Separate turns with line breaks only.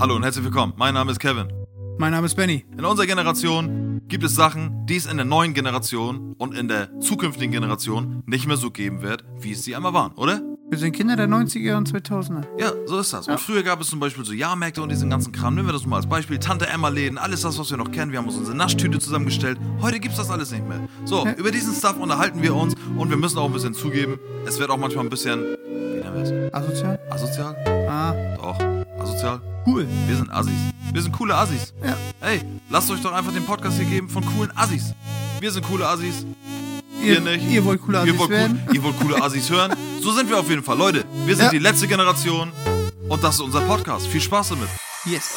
Hallo und herzlich willkommen. Mein Name ist Kevin.
Mein Name ist Benny.
In unserer Generation gibt es Sachen, die es in der neuen Generation und in der zukünftigen Generation nicht mehr so geben wird, wie es sie einmal waren, oder?
Wir sind Kinder der 90er und 2000er.
Ja, so ist das. Und früher gab es zum Beispiel so Jahrmärkte und diesen ganzen Kram. Nehmen wir das mal als Beispiel. Tante Emma-Läden, alles das, was wir noch kennen. Wir haben uns unsere Naschtüte zusammengestellt. Heute gibt's das alles nicht mehr. So,
Ja.
über diesen Stuff unterhalten wir uns und wir müssen auch ein bisschen zugeben, es wird auch manchmal ein bisschen, wie nennen wir
Asozial?
es? Asozial?
Ah,
Doch, asozial.
cool.
Wir sind Assis. Wir sind coole Assis.
Ja.
Hey, lasst euch doch einfach den Podcast hier geben von coolen Assis. Wir sind coole Assis. Ihr nicht.
Ihr wollt cooler
ihr,
Assis
wollt
werden?
cool, ihr wollt coole Assis hören? So sind wir auf jeden Fall. Leute, wir sind
Ja.
die letzte Generation und das ist unser Podcast. Viel Spaß damit.
Yes.